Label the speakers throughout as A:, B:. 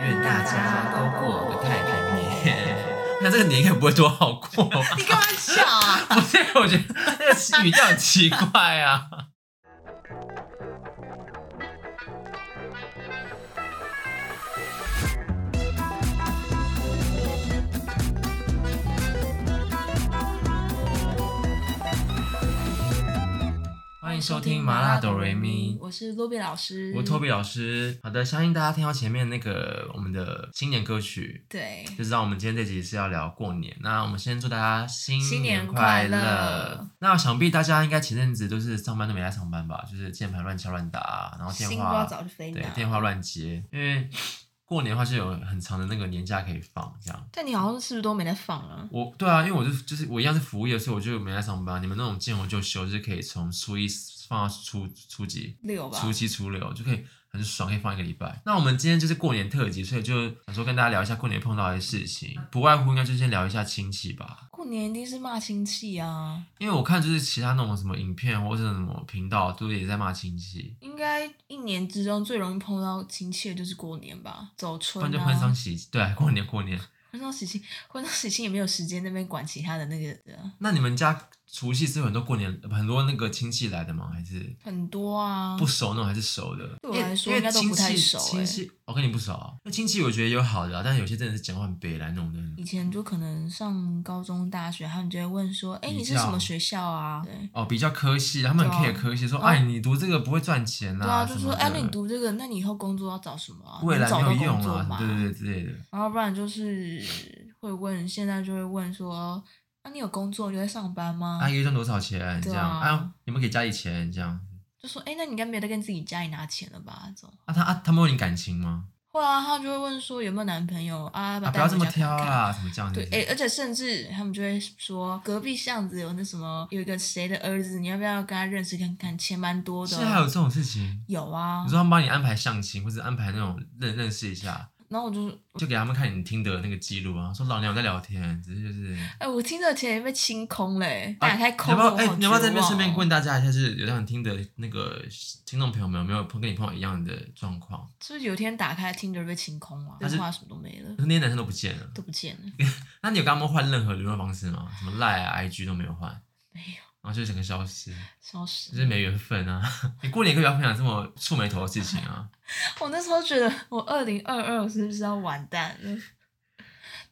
A: 愿大家都过个太平 年。那这个年应该不会多好过吧？
B: 你干嘛笑啊？
A: 不是，我觉得那个语调很奇怪啊。欢迎收听麻辣哆瑞咪，
B: 我是罗比老师，
A: 我托比老师。好的，相信大家听到前面那个我们的新年歌曲，
B: 对，
A: 就知道我们今天这集是要聊过年。那我们先祝大家新
B: 新年
A: 快
B: 快乐
A: 那想必大家应该前阵子都是上班都没在上班吧，就是键盘乱敲乱打，然后电
B: 心
A: 话
B: 瓜早就飞
A: 对
B: 了。
A: 电话乱接，因为过年的话是有很长的那个年假可以放这样。
B: 但你好像是不是都没在放啊？
A: 我对啊，因为我就就是我一样是服务业，所以我就没在上班。你们那种见红就休，就是可以从初一放到初初几，
B: 六吧，
A: 初七、初六就可以很爽，可以放一个礼拜。那我们今天就是过年特辑，所以就想说跟大家聊一下过年碰到的事情，
B: 嗯
A: 不外乎应该就先聊一下亲戚吧。
B: 过年一定是骂亲戚啊，
A: 因为我看就是其他那种什么影片或者是什么频道，都也在骂亲戚，
B: 应该一年之中最容易碰到亲戚的就是过年吧，
A: 不
B: 走春
A: 然就婚丧
B: 啊，
A: 喜对， 过年过年。
B: 婚丧喜庆，婚丧喜庆也没有时间那边管其他的那个的，
A: 那你们家除夕是有很多过年很多那个亲戚来的吗？还是
B: 很多啊
A: 不。熟那种还是熟的？
B: 对我来说
A: 因为
B: 应该都不太
A: 因为亲戚
B: 熟欸
A: 亲戚，我、跟你不熟啊。那亲戚我觉得有好的、啊，但是有些真的是讲话很北来弄的。
B: 以前就可能上高中、大学，他们就会问说：“哎、
A: 比
B: 你是什
A: 较
B: 么学校啊？”对，
A: 哦，比较科系，他们很
B: 对啊
A: care 科系，说
B: 哦
A: 哎，你读这个不会赚钱
B: 对啊，
A: 啦，
B: 就
A: 什
B: 说
A: 么
B: 哎，那你
A: 的，
B: 读这个，那你以后工作要找什么啊？
A: 未来
B: 能找
A: 没
B: 到
A: 有用
B: 工作嗯
A: 啊
B: 嘛。，
A: 对对对之类的。
B: 然后不然就是会问，现在就会问说，啊，你有工作，你在上班吗？
A: 啊，一个月赚多少钱？这
B: 对啊
A: 样啊，有没有给家里钱？这样
B: 就说，哎，那你应该没有在跟自己家里拿钱了吧？这种。
A: 啊，他啊，他们问你感情吗？
B: 后来他就会问说有没有男朋友啊？把
A: 啊，
B: 带
A: 不要
B: 回
A: 这么
B: 家看
A: 挑
B: 看。
A: 啦，什么这样子
B: 对，。哎，而且甚至他们就会说，隔壁巷子有那什么，有一个谁的儿子，你要不要跟他认识看看？钱蛮多的
A: 现
B: 哦。
A: 在还有这种事情？
B: 有啊
A: 你，说他们帮你安排相亲，或者安排那种认认识一下，
B: 然后我就，
A: 就给他们看你听的那个记录啊，说老娘有在聊天，只是就是。
B: 哎，我听着钱也被清空嘞，
A: 啊
B: 打开
A: 你要
B: 空
A: 不
B: 了，
A: 要？
B: 我
A: 哎、
B: 好
A: 你要不要
B: 绝
A: 在这边顺便
B: 望哦
A: 问大家一下，就是有想听的那个听众朋友们有没有碰跟你碰到一样的状况？
B: 是不是有一天打开 Tinder 被清空了，
A: 但是嗯
B: 电话什么都没了，
A: 那些男生都不见了。
B: 都不见了。
A: 那你有跟他们换任何联络方式吗？什么赖啊、IG 都没有换，
B: 没有，
A: 然后就整个消失，
B: 消
A: 就
B: 失。
A: 是没缘分啊！ 你过年可以不要分享这么触眉头的事情 啊！
B: 我那时候觉得我二零二二是不是要完蛋了？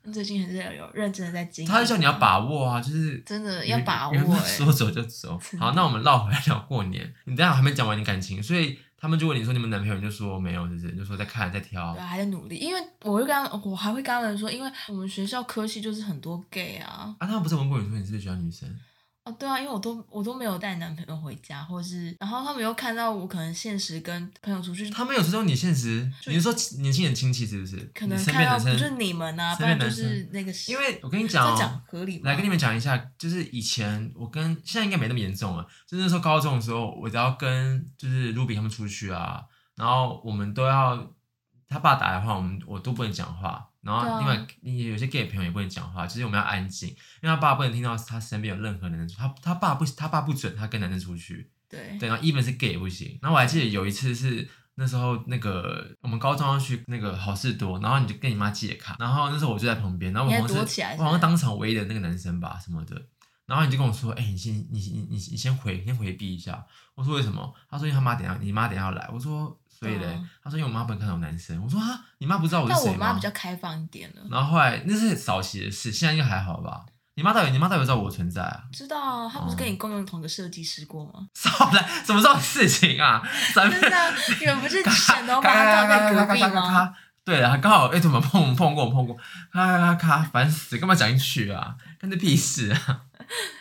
B: 但最近还是有认真的在经营。
A: 他就叫你要把握啊，就是
B: 真的
A: 你
B: 要把握
A: 缘分
B: 欸
A: 说走就走。好，那我们绕回来聊过年。你等一下还没讲完你感情，所以他们就问你说你们男朋友，你就说没有，就是你就说在看在挑
B: 对，。啊还在努力，因为我会跟他我还会跟他们说，因为我们学校科系就是很多 gay 啊，
A: 啊，他们不是问过你说你是不是喜欢女生？
B: 哦对啊，因为我都我都没有带男朋友回家，或是然后他们又看到我可能现实跟朋友出去，
A: 他们有时候你现实，
B: 就
A: 你是说年轻人亲戚是不是？
B: 可
A: 你
B: 能
A: 身
B: 看
A: 边
B: 到
A: 男
B: 不
A: 生，
B: 是你们啊，不
A: 身边
B: 然
A: 男
B: 就
A: 生
B: 是那个
A: 因为我跟你
B: 这
A: 讲、
B: 样
A: 哦，
B: 讲合理吗？
A: 来跟你们讲一下，就是以前我跟现在应该没那么严重了，就是那时候高中的时候，我只要跟就是卢比他们出去啊，然后我们都要他爸打来的话，我们我都不能讲话，然后
B: 对啊
A: 另外也有些 gay 朋友也不能讲话，就是我们要安静，因为他爸不能听到他身边有任何男生，他他爸不他爸不准他跟男生出去，
B: 对
A: 对，然后 even 是 gay 也不行。然后我还记得有一次是那时候那个我们高中要去那个好事多，然后你就跟你妈借卡，然后那时候我就在旁边，然后我
B: 你还
A: 好像
B: 躲
A: 是
B: 起来
A: 我
B: 是不
A: 好像
B: 是
A: 当场唯一的那个男生吧什么的。然后你就跟我说，哎、你先你你你你先回先回避一下。我说为什么？他说因为他妈等一下你妈等一下要来。我说所以嘞，
B: 对啊
A: 他说因为我妈不能看到有男生。我说啊，你妈不知道我
B: 但
A: 是
B: 我
A: 谁
B: 妈
A: 吗
B: 比？较开放一点了，
A: 然后后来那是早期的事，现在应该还好吧？你妈到底你妈到底知道我存在啊？
B: 知道啊，她不是跟你共用同一个设计师过吗？
A: 少来什么时候的事情啊？咱们
B: 真的啊，你们不 是
A: 咔
B: 枕头把它放在隔壁
A: 咔咔咔咔咔
B: 吗？
A: 咔？对啊，刚好哎、怎么碰碰过碰过，咔咔咔咔，烦死！干嘛讲进去啊？干这屁事啊！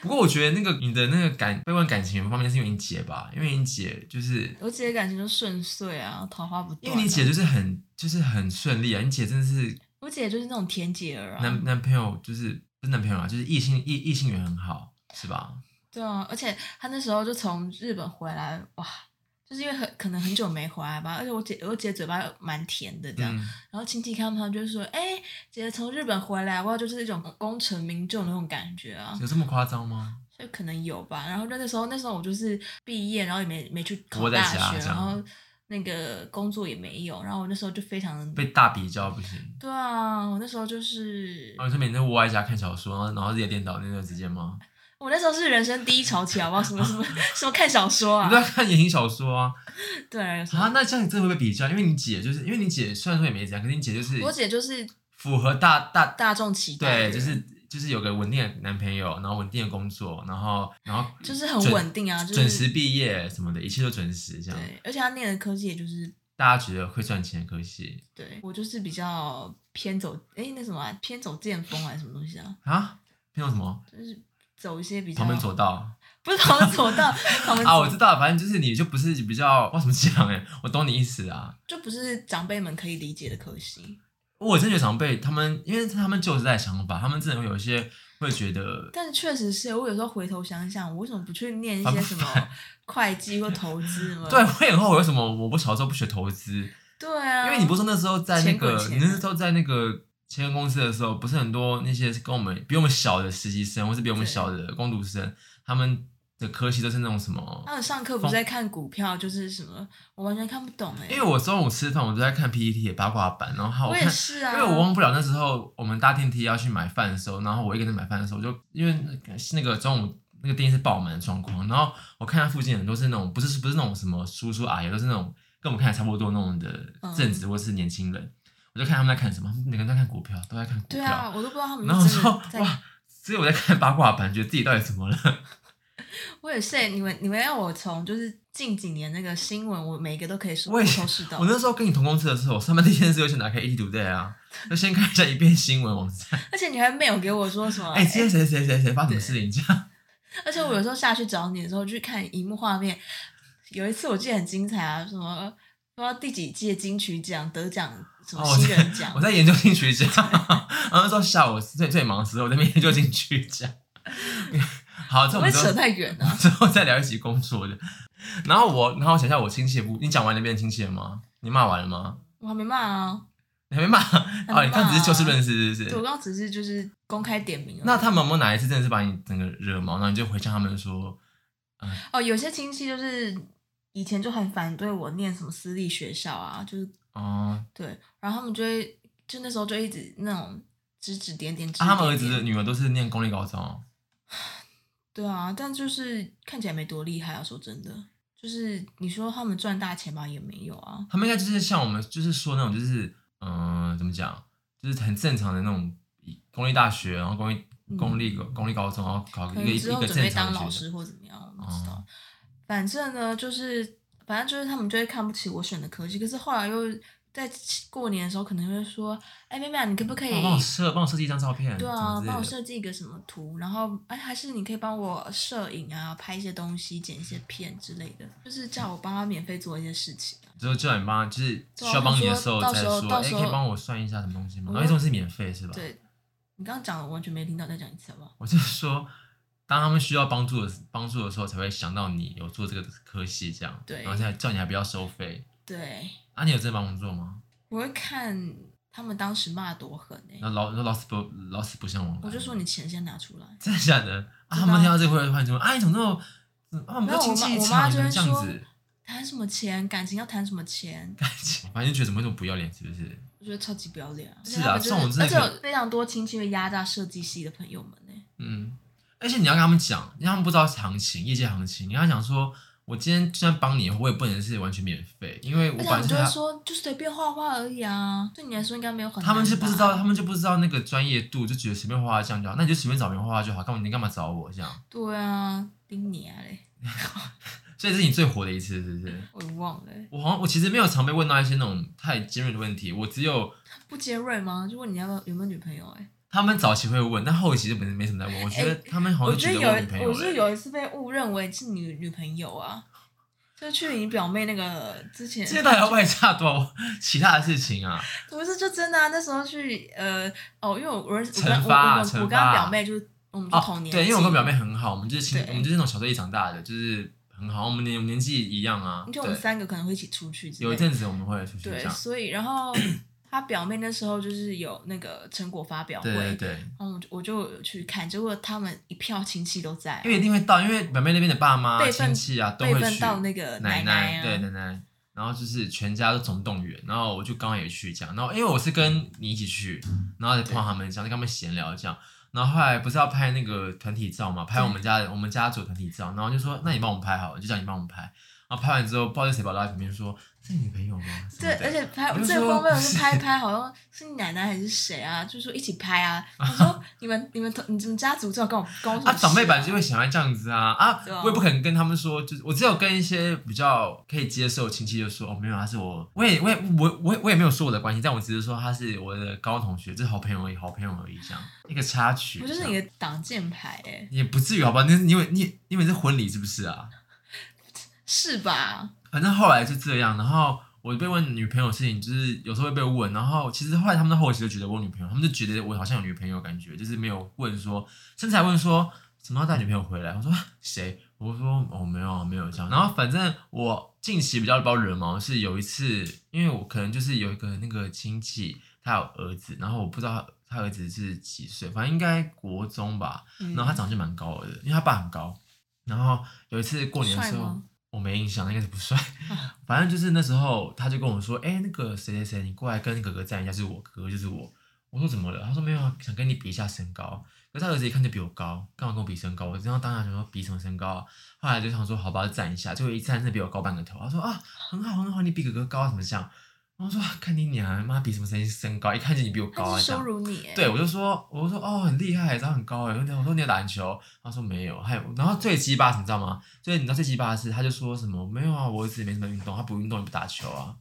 A: 不过我觉得那个你的那个感被问感情方面是因为你姐吧，因为你姐就是
B: 我姐感情就顺遂啊，桃花不
A: 因
B: 断、啊。
A: 为你姐，就是很就是很顺利啊，你姐真的是
B: 我姐就是那种甜姐儿
A: 男、
B: 啊，
A: 男朋友就是不是男朋友啊，就是异性异异性缘很好是吧？
B: 对啊，而且她那时候就从日本回来，哇，就是因为很可能很久没回来吧，而且我姐我姐嘴巴蛮甜的这样，
A: 嗯，
B: 然后亲戚看到她就说，哎、姐姐从日本回来，哇，就是一种功成名就的那种感觉啊，
A: 有这么夸张吗？
B: 就可能有吧。然后那那时候那时候我就是毕业，然后也没没去考
A: 窝在
B: 大
A: 家
B: 学，
A: 这样
B: 然后那个工作也没有，然后我那时候就非常
A: 被大比较不行。
B: 对啊，我那时候就是
A: 然后你说每天都窝在家看小说，然后然后自己也颠倒那段时间吗？
B: 我那时候是人生低潮期，好不好？什 么什么什么看小说
A: 你
B: 啊
A: 都，在看言情小说啊
B: 对啊，有时候
A: 啊！那这样你真的会被比较，因为你姐就是因为你姐虽然说也没怎样，可是你姐就是
B: 我姐就是
A: 符合大大
B: 大众期
A: 对，
B: 待的人，
A: 就是就是有个稳定的男朋友，然后稳定的工作，然后然后
B: 就是很
A: 准
B: 稳定啊，就是
A: 准时毕业什么的，一切都准时这样。
B: 对，而且她念的科技也就是
A: 大家觉得会赚钱的科系
B: 对我就是比较偏走哎、那什么啊、偏走剑锋还是什么东西啊，
A: 啊，偏到什么
B: 就是走一些比较
A: 旁门左道
B: 不是旁门左 道，旁门左
A: 啊？我知道，反正就是你就不是比较，我怎么讲哎、我懂你意思啊。
B: 就不是长辈们可以理解的科系。
A: 我真觉得长辈他们，因为他们旧时代的想法，他们真的会有一些会觉得
B: 但是确实是我有时候回头想想，我为什么不去念一
A: 烦
B: 些
A: 啊不
B: 什么 会计或投资吗？
A: 对，我也很后悔，为什么我不小时候不学投资？
B: 对啊，
A: 因为你不是说那时候在那个
B: 钱，滚
A: 你
B: 钱啊
A: 那时候在那个前公司的时候，不是很多那些跟我们比我们小的实习生，或是比我们
B: 对
A: 小的工读生，他们的科系都是那种什么？
B: 他们上课不是在看股票，就是什么，我完全看不懂哎、
A: 因为我中午吃饭，我都在看 PPT 的八卦版，然后还有
B: 我也
A: 看。
B: 是啊，
A: 因为我忘不了那时候我们搭电梯要去买饭的时候，然后我一个人买饭的时候，我就因为那个那个中午那个电梯是爆满的状况，然后我看到附近很多是那种不是不是那种什么叔叔阿姨，都是那种跟我们看起来差不多那种的正
B: 嗯
A: 职或是年轻人，我就看他们在看什么，他们每个人都在看股票，都在看股
B: 对
A: 票，
B: 啊，我都不知道他们
A: 然后我
B: 是真
A: 说
B: 的在。
A: 哇，所以我在看八卦版，觉得自己到底怎么了？
B: 我也是欸、你们你们要我从就是近几年那个新闻，我每一个都可以说
A: 我也
B: 头是道
A: 我。那时候跟你同公司的时候，我上班第一件事就先打开 ET 读 day 啊，就先看一下一遍新闻网站，
B: 而且你还没有给我说什么，欸
A: 哎、今天谁谁谁谁发生什么事情这样。
B: 而且我有时候下去找你的时候，去看荧幕画面。有一次我记得很精彩啊，什么不知道第几届金曲奖得奖什么
A: 哦，我
B: 新
A: 在
B: 人奖，
A: 我在研究进曲奖，然后那时候下午是最最忙的时候，我在那边研究进曲奖。好，这
B: 会
A: 我们
B: 不会
A: 之后
B: 扯太远 了、
A: 之后再聊一起工作的。然后我，然后我想一下我亲戚的部，你讲完那边亲戚了吗？你骂完了吗？
B: 我还没骂啊，
A: 你还没骂
B: 没骂啊
A: 哦，你刚刚只是就事论事，是不
B: 对
A: 是？
B: 我刚刚只是就是公开点名了。
A: 那他们有没有哪一次真的是把你整个惹毛，然后你就回向他们说，
B: 哦，有些亲戚就是以前就很反对我念什么私立学校啊，就是
A: 哦、
B: 对，然后他们就会就那时候就一直那种指指点点，指指
A: 啊，他们儿
B: 点
A: 子
B: 点
A: 的女儿都是念公立高中哦，
B: 对啊，但就是看起来没多厉害啊，说真的，就是你说他们赚大钱吧，也没有啊。
A: 他们应该就是像我们就是说那种就是嗯、呃怎么讲，就是很正常的那种公立大学，然后公立
B: 嗯
A: 公立个公立高中，然后考一
B: 可
A: 个
B: 能
A: 一
B: 之后
A: 个
B: 准备
A: 正
B: 当
A: 常
B: 老
A: 的学校。
B: 师或怎么样，我不知道。
A: 哦
B: 反正呢，就是反正就是他们就会看不起我选的科技，可是后来又在过年的时候可能会说，哎、妹妹啊，你可不可以？
A: 哦帮我设帮我设计一张照片，
B: 对
A: 什么
B: 啊
A: 之，类
B: 帮我
A: 的
B: 设计一个什么图，然后哎，还是你可以帮我摄影啊，拍一些东西，剪一些片之类的，就是叫我帮他免费做一些事情啊。
A: 之后叫你帮，就是需
B: 对啊
A: 要帮你的时候
B: 他说
A: 再
B: 到时候
A: 说，
B: 到
A: 哎，
B: 时
A: 可
B: 候
A: 以帮我算一下什么东西吗？
B: 我
A: 然后一种是免费是吧？
B: 对，你刚刚讲的我完全没听到，再讲一次好不好？
A: 我就是说，当他们需要帮助的帮助的时候，才会想到你有做这个科系这样，
B: 对
A: 然后再叫你还不要收费。
B: 对，
A: 啊，你有真的帮忙做吗？
B: 我会看他们当时骂多狠哎、
A: 那老那老死不老死不相往来。
B: 我就说你钱先拿出来。
A: 真的假的？啊，
B: 真的啊
A: 他们听到这个会换什么？啊，你怎么那么嗯啊，我们
B: 没有
A: 都亲戚一
B: 我
A: 场，
B: 妈
A: 你怎
B: 我妈
A: 么
B: 就
A: 这
B: 会
A: 样
B: 说
A: 子？
B: 谈什么钱？感情要谈什么钱？
A: 感情， 反正觉得怎么会这么不要脸，是不是？
B: 我觉得超级不要脸、啊。
A: 是啊
B: 而且他
A: 这种
B: 们就是而
A: 真
B: 且
A: 的
B: 有非常多亲戚会压榨设计系的朋友们呢、
A: 嗯，而且你要跟他们讲，因为他们不知道行情，业界行情，你要讲说，我今天就算帮你，我也不能是完全免费，因为我
B: 而
A: 本
B: 且他
A: 来
B: 们
A: 是
B: 就会
A: 他，
B: 说，就随便画画而已啊，对你来说应该没有很。
A: 他们是不知道，。他们就不知道那个专业度，就觉得随便画画这样就好，那你就随便找别人画画就好，干嘛你干嘛找我这样？
B: 对啊，盯你啊嘞，
A: 所以这是你最火的一次，是不是？
B: 我也忘了欸、
A: 我好像我其实没有常被问到一些那种太尖锐的问题，我只有
B: 不尖锐吗？就问你要不要有没有女朋友、欸？哎，
A: 他们早期会问，但后期就本身没什么在问。我觉得他们好
B: 哎我
A: 像就
B: 觉
A: 觉得
B: 得
A: 我有女朋
B: 有，
A: 友
B: 我是
A: 了。
B: 有一次被误认为是你女朋友啊，就去你表妹那个之前，
A: 这些到底要外差多少其他的事情啊？
B: 不是就真的啊，那时候去呃哦，因为我我认识我跟
A: 惩罚啊
B: 我我我
A: 惩
B: 跟
A: 罚
B: 她
A: 啊
B: 表妹就是我们是
A: 哦
B: 同年、
A: 对，因为我跟表妹，很好，我们就是亲
B: 对，
A: 我们就是那种小时候一起长大的，就是很好，我们年我们年纪一样啊。
B: 就我们
A: 对
B: 三个可能会一起出去之类
A: 有
B: 的，
A: 一阵子我们会出去这
B: 对，
A: 样，
B: 所以然 后她表妹那时候就是有那个成果发表会，
A: 对对对，
B: 然后我就我就有去看，结果他们一票亲戚都在啊、
A: 因为一定会到，因为表妹那边的爸妈
B: 辈分
A: 亲戚啊都
B: 辈
A: 会
B: 分
A: 去，
B: 到那个
A: 奶
B: 奶啊，
A: 对奶奶，然后就是全家都总动员，然后我就刚好也去这样，然后因为我是跟你一起去，然后碰到他们这样，就跟他们闲聊这样，然后后来不是要拍那个团体照嘛，拍我们家的我们家族团体照，然后就说那你帮我们拍好了，就叫你帮我们拍，然后拍完之后，不知道是谁把我拉在旁边说这你女朋友吗？什么
B: 对，
A: 的
B: 而且拍
A: 我就
B: 最
A: 说
B: 荒谬的
A: 不
B: 是
A: 是
B: 拍一拍，好像是你奶奶还是谁啊，就说一起拍啊。他 说你们你们同你们家族这跟我跟我什么
A: 啊，长辈
B: 事
A: 本来就会喜欢这样子啊啊
B: 对啊！
A: 我也不可能跟他们说，就是我只有跟一些比较可以接受亲戚就说哦，没有，他是我，我也我也我我我也没有说我的关系，但我只是说他是我的高中同学，这是好朋友而已，好朋友而已，这样一个插曲。
B: 我就是
A: 这样
B: 你的挡箭牌哎、
A: 也不至于好吧？那是因为你因为是婚礼是不是啊？
B: 是吧？
A: 反正后来就这样，然后我被问女朋友的事情，就是有时候会被问，然后其实后来他们到后期就觉得我有女朋友，他们就觉得我好像有女朋友的感觉，就是没有问说，甚至还问说什么时候带女朋友回来，我说啊谁？我说哦没有啊没有这样，然后反正我近期比较把我惹毛是有一次，因为我可能就是有一个那个亲戚，他有儿子，然后我不知道他他儿子是几岁，反正应该国中吧，
B: 嗯
A: 然后他长得就蛮高的，因为他爸很高。然后有一次过年的时
B: 帅
A: 候
B: 吗，啊
A: 我没印象，应该是不帅。 反正就是那时候，他就跟我说：“哎、那个谁谁谁，你过来跟哥哥站一下，就是我哥哥，就是我。”我说：“怎么了？”他说：“没有啊，想跟你比一下身高。”可是他儿子一看就比我高，干嘛跟我比身高？我然后当下想说比什么身高啊？后来就想说好吧，就站一下，结果一站真的比我高半个头。他说：“啊，很好很好，你比哥哥高啊，怎么这样？”然后我说：“啊看你娘，妈比什么身身高？一看就你比我高
B: 嗯他
A: 啊！”
B: 是
A: 这
B: 羞
A: 样。
B: 辱你哎、
A: 对，我就说，我就说哦，很厉害，长很高哎。我说你有打篮球？他说没有。还有，然后最鸡巴什么你知道吗？最你知道最鸡巴的是，他就说什么没有啊，我儿子没什么运动，他不运动也不打球啊。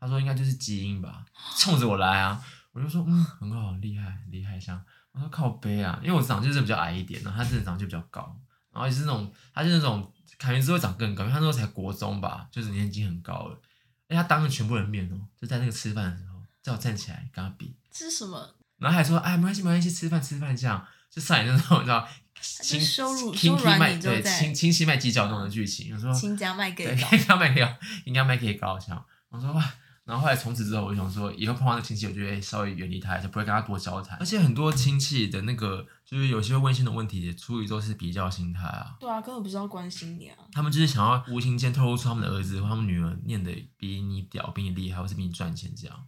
A: 他说应该就是基因吧，冲着我来啊。我就说嗯，很好，厉害厉害像。我说靠背啊，因为我长就是比较矮一点，然后他真的长就比较高，然后就是那种他就是那种凯明之后长更高，因为他那时候才国中吧，就是年纪很高了。哎，他当着全部人面哦，就在那个吃饭的时候，叫我站起来跟他比。
B: 这是什么？
A: 然后还说，哎，没关系，没关系，吃饭吃饭这样，就上演那种你知道，亲
B: 羞辱
A: 亲
B: 羞
A: 戚
B: 辱完
A: 卖
B: 你之后
A: 对
B: 再
A: 亲亲戚卖计较那种的剧情，我说
B: 亲家卖给
A: 嗯
B: 啊
A: 对，
B: 你
A: 应该卖给我，应该卖给高这样。我说哇，然后后来从此之后，我就想说，以后碰到那个亲戚，我就会稍微远离他一下，不会跟他多交谈。而且很多亲戚的那个，就是有些问心的问题，出于都是比较心态啊。
B: 对啊，根本不知道关心你啊。
A: 他们就是想要无形间透露出他们的儿子或他们女儿念的比你屌、比你厉害，或是比你赚钱这样。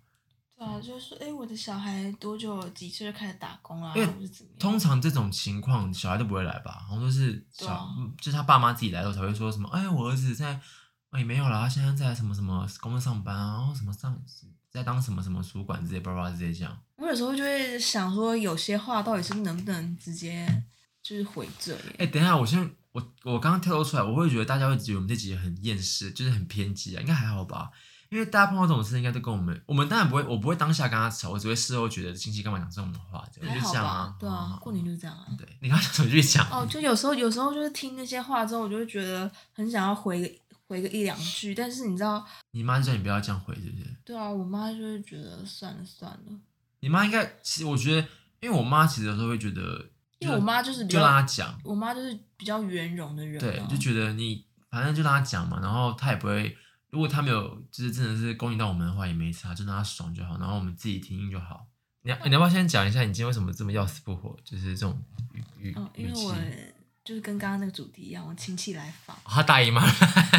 B: 对啊，就是哎、诶我的小孩多久几岁就开始打工啦、啊，
A: 因为
B: 或者怎么样？
A: 通常这种情况，小孩都不会来吧？好像都是
B: 对
A: 小，
B: 啊
A: 嗯就是他爸妈自己来的时候才会说什么，哎，我儿子在，哎，没有啦，他现在在什么什么公司上班啊，然后什么上在当什么什么主管之类，叭叭之类这样。
B: 我有时候就会想说，有些话到底是能不能直接就是回嘴？
A: 哎，等一下，我先，我我刚刚跳脱出来，我会觉得大家会觉得我们这集很厌世，就是很偏激啊，应该还好吧？因为大家碰到这种事，应该都跟我们，我们当然不会，我不会当下跟他吵，我只会事后觉得亲戚干嘛讲这种话，这样
B: 还
A: 就
B: 好
A: 这
B: 吧？
A: 样啊，
B: 对
A: 嗯
B: 啊，过年。
A: 嗯
B: 就这样啊。
A: 对，你刚刚想什么去讲？
B: 哦，就有时候有时候就是听那些话之后，我就会觉得很想要回个回个一两句，但是你知道，
A: 你妈就叫你不要这样回，对不对？
B: 对啊，我妈就会觉得算了算了，
A: 你妈应该，其实我觉得，因为我妈其实有时候会觉得，
B: 因为我妈就是比
A: 就让她
B: 较，
A: 讲，
B: 我妈就是比较圆融的人、
A: 对
B: 啊，，
A: 就觉得你反正就让她讲嘛，然后她也不会，如果她没有就是真的是勾引到我们的话也没差，就让她爽就好，然后我们自己听就好。你
B: 嗯
A: 要你要不要先讲一下你今天为什么这么要死不活？就是这种语语
B: 嗯，因
A: 语
B: 为
A: 气
B: 我。就是跟刚刚那个主题一样，我亲戚来 访，
A: 哦她大姨妈，她今天
B: 就来拜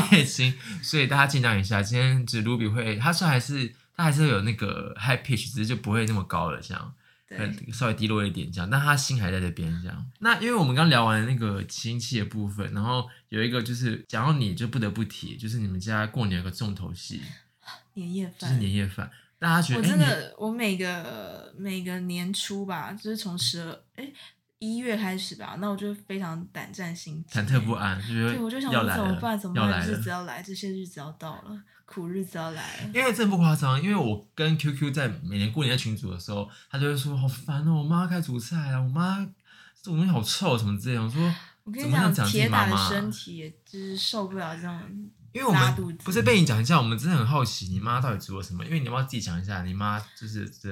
B: 访
A: 月经，所以大家见谅一下。今天只卢比会，她虽然还是她还是有那个 high pitch，只是就不会那么高了这样。
B: 对，
A: 呃，稍微低落一点这样，但他心还在这边这样。那因为我们刚聊完那个亲戚的部分，然后有一个就是讲到你就不得不提，就是你们家过年有个重头戏，
B: 年夜
A: 就
B: 饭，
A: 是年夜饭。大家觉
B: 我
A: 得，
B: 真
A: 哎、你
B: 的，我每个每个年初吧，就是从十二哎一月开始吧，那我就非常胆战心惊，
A: 忐忑不。安，就觉
B: 对，
A: 得
B: 我就想
A: 要
B: 说
A: 来
B: 怎么办？
A: 了
B: 怎，么
A: 要
B: 办？
A: 来
B: 日子
A: 了。
B: 要来，这些日子要到了，苦日子要来了。
A: 因为真的不夸张，因为我跟 QQ 在每年过年在群组的时候，他就会说好烦哦，我妈开煮菜啊，我妈这种东西好臭什么之类的。我说
B: 我跟
A: 怎
B: 你
A: 么能讲自己
B: 铁
A: 妈
B: 打的
A: 妈啊？
B: 身体也就是受不了这种。
A: 因为我
B: 拉肚
A: 们
B: 子
A: 不是被你讲一下，我们真的很好奇你妈到底煮了什么？因为你要不要自己讲一下，你妈就是这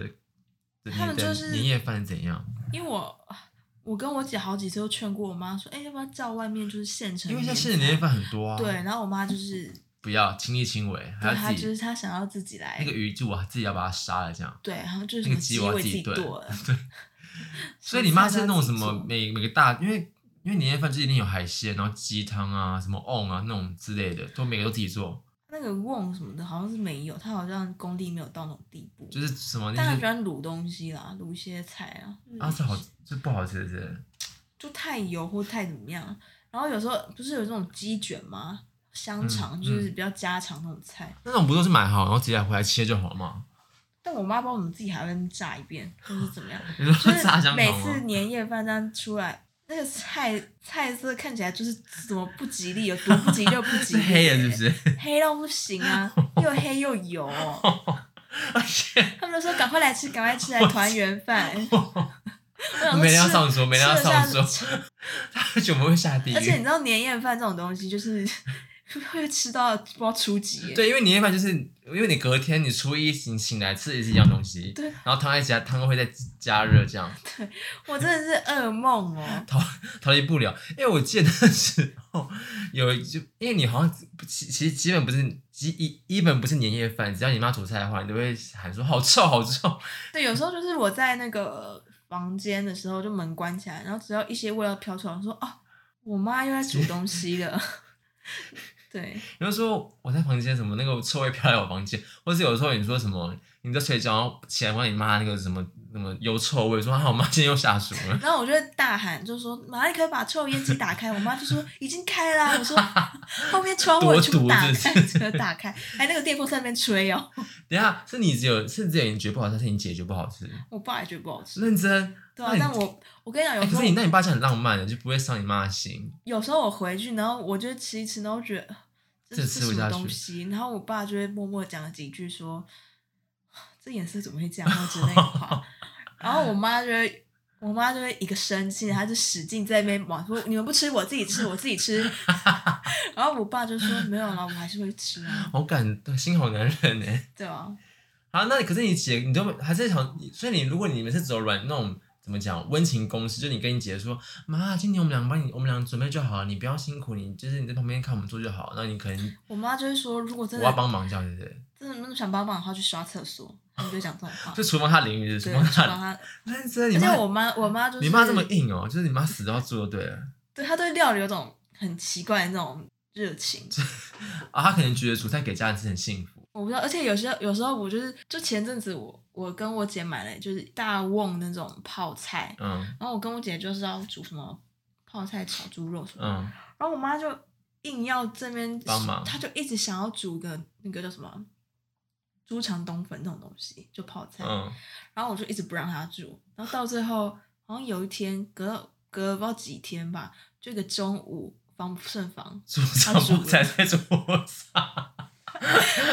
A: 这
B: 他们
A: 你的
B: 就是
A: 年夜饭是怎样？
B: 因为我我跟我姐好几次都劝过我妈说，哎，要不要叫外面就是现成
A: 因
B: 年
A: 为
B: 菜？
A: 像现在年夜饭很多啊，
B: 对，，然后我妈就是，
A: 不要亲力亲为，还
B: 对，她
A: 要
B: 就
A: 自
B: 是
A: 己
B: 她想要自己来
A: 那个鱼就我自己要把它杀了这样。
B: 对，然后就是什
A: 那
B: 么
A: 个鸡我
B: 我
A: 要
B: 自
A: 自己
B: 剁
A: 炖
B: 了。
A: 所以你妈是那种什
B: 什么
A: 么
B: 菜
A: 每每个大，因为因为年夜饭就一定有海鲜，然后鸡汤啊、什么 on 啊那种之类的，都每个都自己做。
B: 那个瓮什么的，好像是没有，他好像功力没有到那种地步。
A: 就是什么
B: 但
A: 那
B: 他喜
A: 些
B: 欢卤东西啦，卤一些菜啊，
A: 啊，这好这不好吃是不是？
B: 就太油或太怎么样。然后有时候不是有这种鸡卷吗？
A: 嗯
B: 香肠、就是比较家常那种菜，
A: 那种不都是买好然后直接回来切就好了吗？
B: 但我妈帮我们自己还会炸一遍，或是怎 么样。
A: 你说
B: 就是
A: 炸香
B: 每
A: 肠
B: 次
A: 吗？
B: 年夜饭这样出来，那个菜菜色看起来就是怎么不吉利，有多不吉利就不 吉
A: 是
B: 利，
A: 黑的，是不？是？
B: 黑到不行啊，又黑又油、
A: 而且
B: 他们就说赶快来吃，赶快吃，来团圆饭。我想说
A: 没人要
B: 吃
A: 上桌，没人要
B: 吃得
A: 上
B: 下
A: 桌， 他怎么会下地
B: 而且你知
A: 狱？
B: 道年夜饭这种东西，就是 会吃到不知道初几耶。
A: 对，因为年夜饭就是因为你隔天你初一醒醒来吃也是一样东西，
B: 对
A: 然后汤在加汤会再加热这样，
B: 我真的是噩梦哦。
A: 逃离不了。因为我记得那时候有就因为你好像其其实基本不是基一一本不是年夜饭，只要你妈煮菜的话，你都会喊说好臭好臭。
B: 对，有时候就是我在那个房间的时候，就门关起来，然后只要一些味道飘出来，我说哦，我妈又在煮东西了。 对，
A: 有的时候我在房间什么那个臭味飘来我房间，或是有时候你说什么你在睡觉然后起来闻到你妈那个什么什么油臭味，说啊我妈今天又下厨了。
B: 然后我就会大喊，就说妈，你可以把抽油烟机打开。我妈就说已经开啦。我说后面窗户
A: 多
B: 我全部
A: 毒
B: 打
A: 是
B: 开
A: 不，
B: 这个打开，哎还那个电风扇在那边吹哦。
A: 等一下是你只有是只有你觉得不好吃，还是你姐觉得不好吃？
B: 我爸也觉得不好吃。
A: 认真。
B: 对啊
A: 那，你
B: 但我我跟你讲，有
A: 哎
B: 时
A: 可
B: 候
A: 是你那你爸是很浪漫的，就不会伤你妈的心。
B: 有时候我回去，然后我就吃一吃，然后觉得这
A: 这
B: 是
A: 吃不
B: 什么
A: 下
B: 东
A: 去
B: 西，然后我爸就会默默讲了几句说，这颜色怎么会这样，或者之类 的话，然后我妈就会。我妈就会一个生气，她就使劲在那边往说：“你们不吃，我自己吃，我自 己吃。”然后我爸就说：“没有啦，我还是会吃啊，
A: 好感动，心好男人呢。
B: 对啊，
A: 好，那可是你姐，你都还是想，所以你如果你们是走软那种怎么讲温情攻势，就你跟你姐说，妈，今天我们俩帮你，我们俩准备就好了，你不要辛苦，你就是你在旁边看我们做就好。那你可能
B: 我妈就会说：“如果真
A: 我要
B: 的
A: 帮忙这样，对不对？
B: 真的那么想帮忙的话，去刷厕所。”他们就讲这种话，
A: 就厨房他淋雨，厨
B: 对，
A: 房
B: 去帮
A: 他，
B: 她。
A: 但是你
B: 而且
A: 妈，
B: 我妈，我妈就是
A: 你妈这么硬哦，就是你妈死都要做就对了
B: 对他对料理有种很奇怪的那种热情，
A: 啊，她可能觉得煮菜给家人是很幸福，
B: 我不知道。而且有些有时候我就是，就前阵子我我跟我姐买了就是大瓮那种泡菜，
A: 嗯
B: 然后我跟我姐就是要煮什么泡菜炒猪肉什么的，
A: 嗯，
B: 然后我妈就硬要这边
A: 帮忙
B: 她就一直想要煮个那个叫什么猪肠冬粉那种东西，就泡菜，
A: 嗯，
B: 然后我就一直不让她煮，然后到最后好像有一天隔隔不知道几天吧，就一个中午防不胜防。
A: 煮上不菜在桌上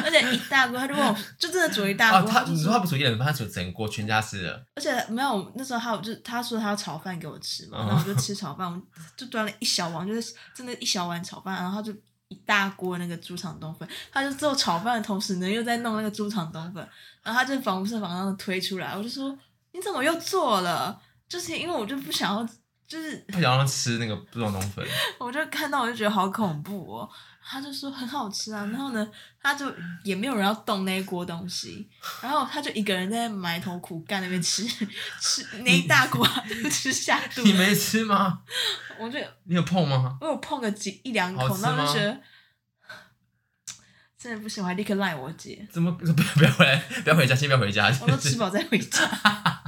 B: 而且一大锅，他就问我，就真的煮一大
A: 啊，
B: 锅，
A: 她
B: 哦他就
A: 你说她
B: 说，
A: 不煮一人饭，她煮整锅全家吃的，
B: 而且没有那时候他有就他说他要炒饭给我吃嘛，
A: 嗯
B: 然后我就吃炒饭，我就端了一小碗，就是真的一小碗炒饭，然后他就一大锅那个猪肠冬粉，他就做炒饭的同时呢又在弄那个猪肠冬粉，然后他就防不胜防然后推出来，我就说你怎么又做了？就是因为我就不想要，就是
A: 不想让她吃那个不种冬粉。
B: 我就看到我就觉得好恐怖哦。他就说很好吃啊，然后呢，他就也没有人要动那一锅东西，然后他就一个人在埋头苦干那边吃 吃那一大锅啊，就吃下肚。
A: 你没吃吗？
B: 我就
A: 你有碰吗？
B: 我有碰个几一两口
A: 好，吃
B: 然后
A: 吗
B: 就觉得真的不行，我还立刻赖我姐，
A: 怎么 不要不要回来？不要回家，先不要回家。
B: 我都吃饱再回家。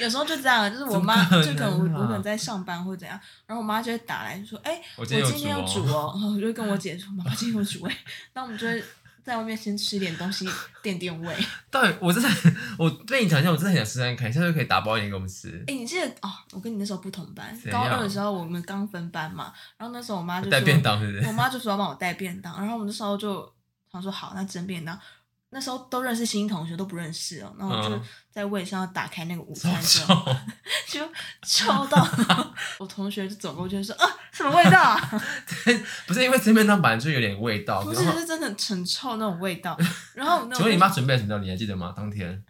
B: 有时候就这样，啊就是我妈，
A: 怎么可
B: 就可
A: 能
B: 能我我
A: 啊
B: 可能在上班或者怎样，然后我妈就会打来说：“哎、
A: 我
B: 我今
A: 有
B: 天有煮
A: 哦。
B: 哦，然 后我就跟我姐说：“妈妈今天有煮哎。”那我们就会在外面先吃一点东西垫垫胃。哎、
A: 到底我真的，我被你讲一下，我真的很想试试看，下次可以打包一点给我们吃，
B: 你记得哦，我跟你那时候不同班，
A: 怎
B: 高
A: 样
B: 二的时候我们刚分班嘛，然后那时候我妈就
A: 带
B: 说
A: 便，当是不
B: 我
A: 是？
B: 妈就说要帮我带便当，然后我们那时候就想说好，那蒸便当。那时候都认识新同学，都不认识哦。然后我就
A: 嗯
B: 在位上打开那个午
A: 超
B: 餐之后，
A: 臭，
B: 就臭到我同学就走过去说：“啊，什么味道啊？”
A: 不是因为这便当本来就有点味道。
B: 不
A: 然
B: 是，
A: 后，
B: 是真的很臭那种味 道。然后那
A: 请问你妈准备了什么料理？你还记得吗？当天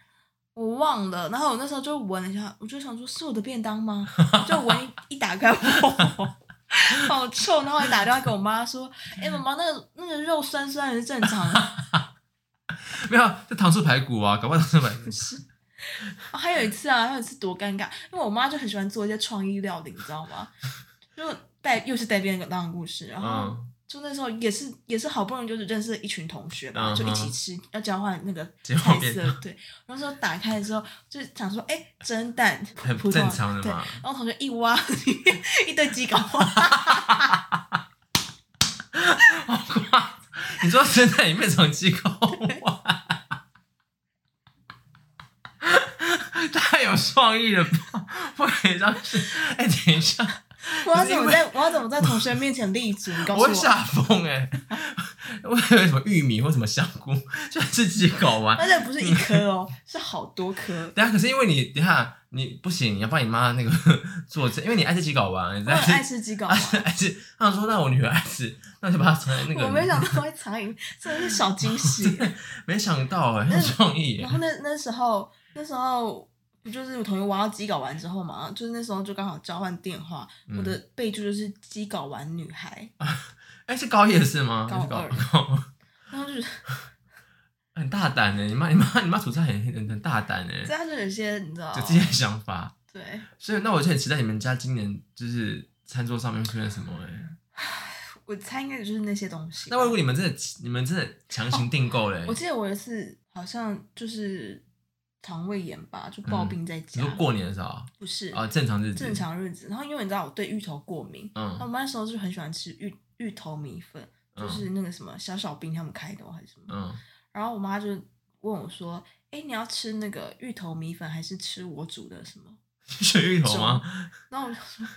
B: 我忘了，然后我那时候就闻了一下，我就想说是我的便当吗？就闻一一打开，哇，好臭！然后还打电话给我妈说：“哎、妈妈，那个那个肉酸酸的是正常的。
A: 没有，就糖醋排骨啊，搞不好糖醋排骨。
B: 哦”还有一次啊，还有一次多尴尬，因为我妈就很喜欢做一些创意料理，你知道吗？就带又是带便当的故事，然后
A: 嗯，
B: 就那时候也是也是好不容易就是认识了一群同学嘛
A: 嗯哼
B: 就一起吃要交换那个
A: 结果
B: 菜
A: 变
B: 色，对。然后说打开的时候就想说，哎，蒸蛋，普
A: 很
B: 普通
A: 正常的
B: 对
A: 嘛
B: 然后同学一挖， 里面一堆鸡搞 花，
A: 你说生蛋里面长机构哇，太有创意了吧？不可以让是，哎、等一下，
B: 我要
A: 是因
B: 怎么
A: 为
B: 在我要怎么在同学面前立足？你告诉
A: 我会
B: 我。
A: 吓疯哎！我以为什么玉米或什么香菇，居然是鸡睾丸。
B: 而且不是一颗哦，是好多 颗。
A: 等一下，可是因为你等一下你不行，你要帮你妈那个作证，因为你爱吃鸡睾丸，你
B: 我很
A: 爱
B: 爱
A: 吃
B: 吃鸡睾
A: 爱吃
B: 丸，
A: 爱吃。他想说那我女儿爱吃，那就把它藏在那个。
B: 我没想到会藏隐，真的是小惊 喜。
A: 没想到哎、很有创意
B: 然
A: 哎、
B: 后那那时候那时候不就是我同学挖到鸡睾丸之后嘛，就是那时候就刚好交换电话，
A: 嗯
B: 我的备注就是鸡睾丸女孩，
A: 哎、是高一的事吗？
B: 高
A: 还是高
B: 二
A: 高二
B: 然后就是
A: 很大胆呢、欸你妈你妈你妈处在很很很大胆呢、欸
B: 这样就有些你知道
A: 就，这些想法。
B: 对，
A: 所以那我就很期待你们家今年就是餐桌上面会出现什么哎、
B: 啊我猜应该就是那些东西吧。
A: 那如果你们真的你们真的强行订购嘞、
B: 哦我记得我有一次好像就是肠胃炎吧，就抱病在
A: 你
B: 家，
A: 说嗯过年的时候啊
B: 不是
A: 啊，正常日子
B: 嗯正，常哦日子。然后因为你知道我对芋头过敏，那我
A: 嗯
B: 们那时候就很喜欢吃芋芋头米粉，就是那个什么小小兵他们开的哦还是什么。
A: 嗯，
B: 然后我妈就问我说：“哎，你要吃那个芋头米粉，还是吃我煮的什么
A: 水芋头吗？？”
B: 然后我就说：“
A: 嗯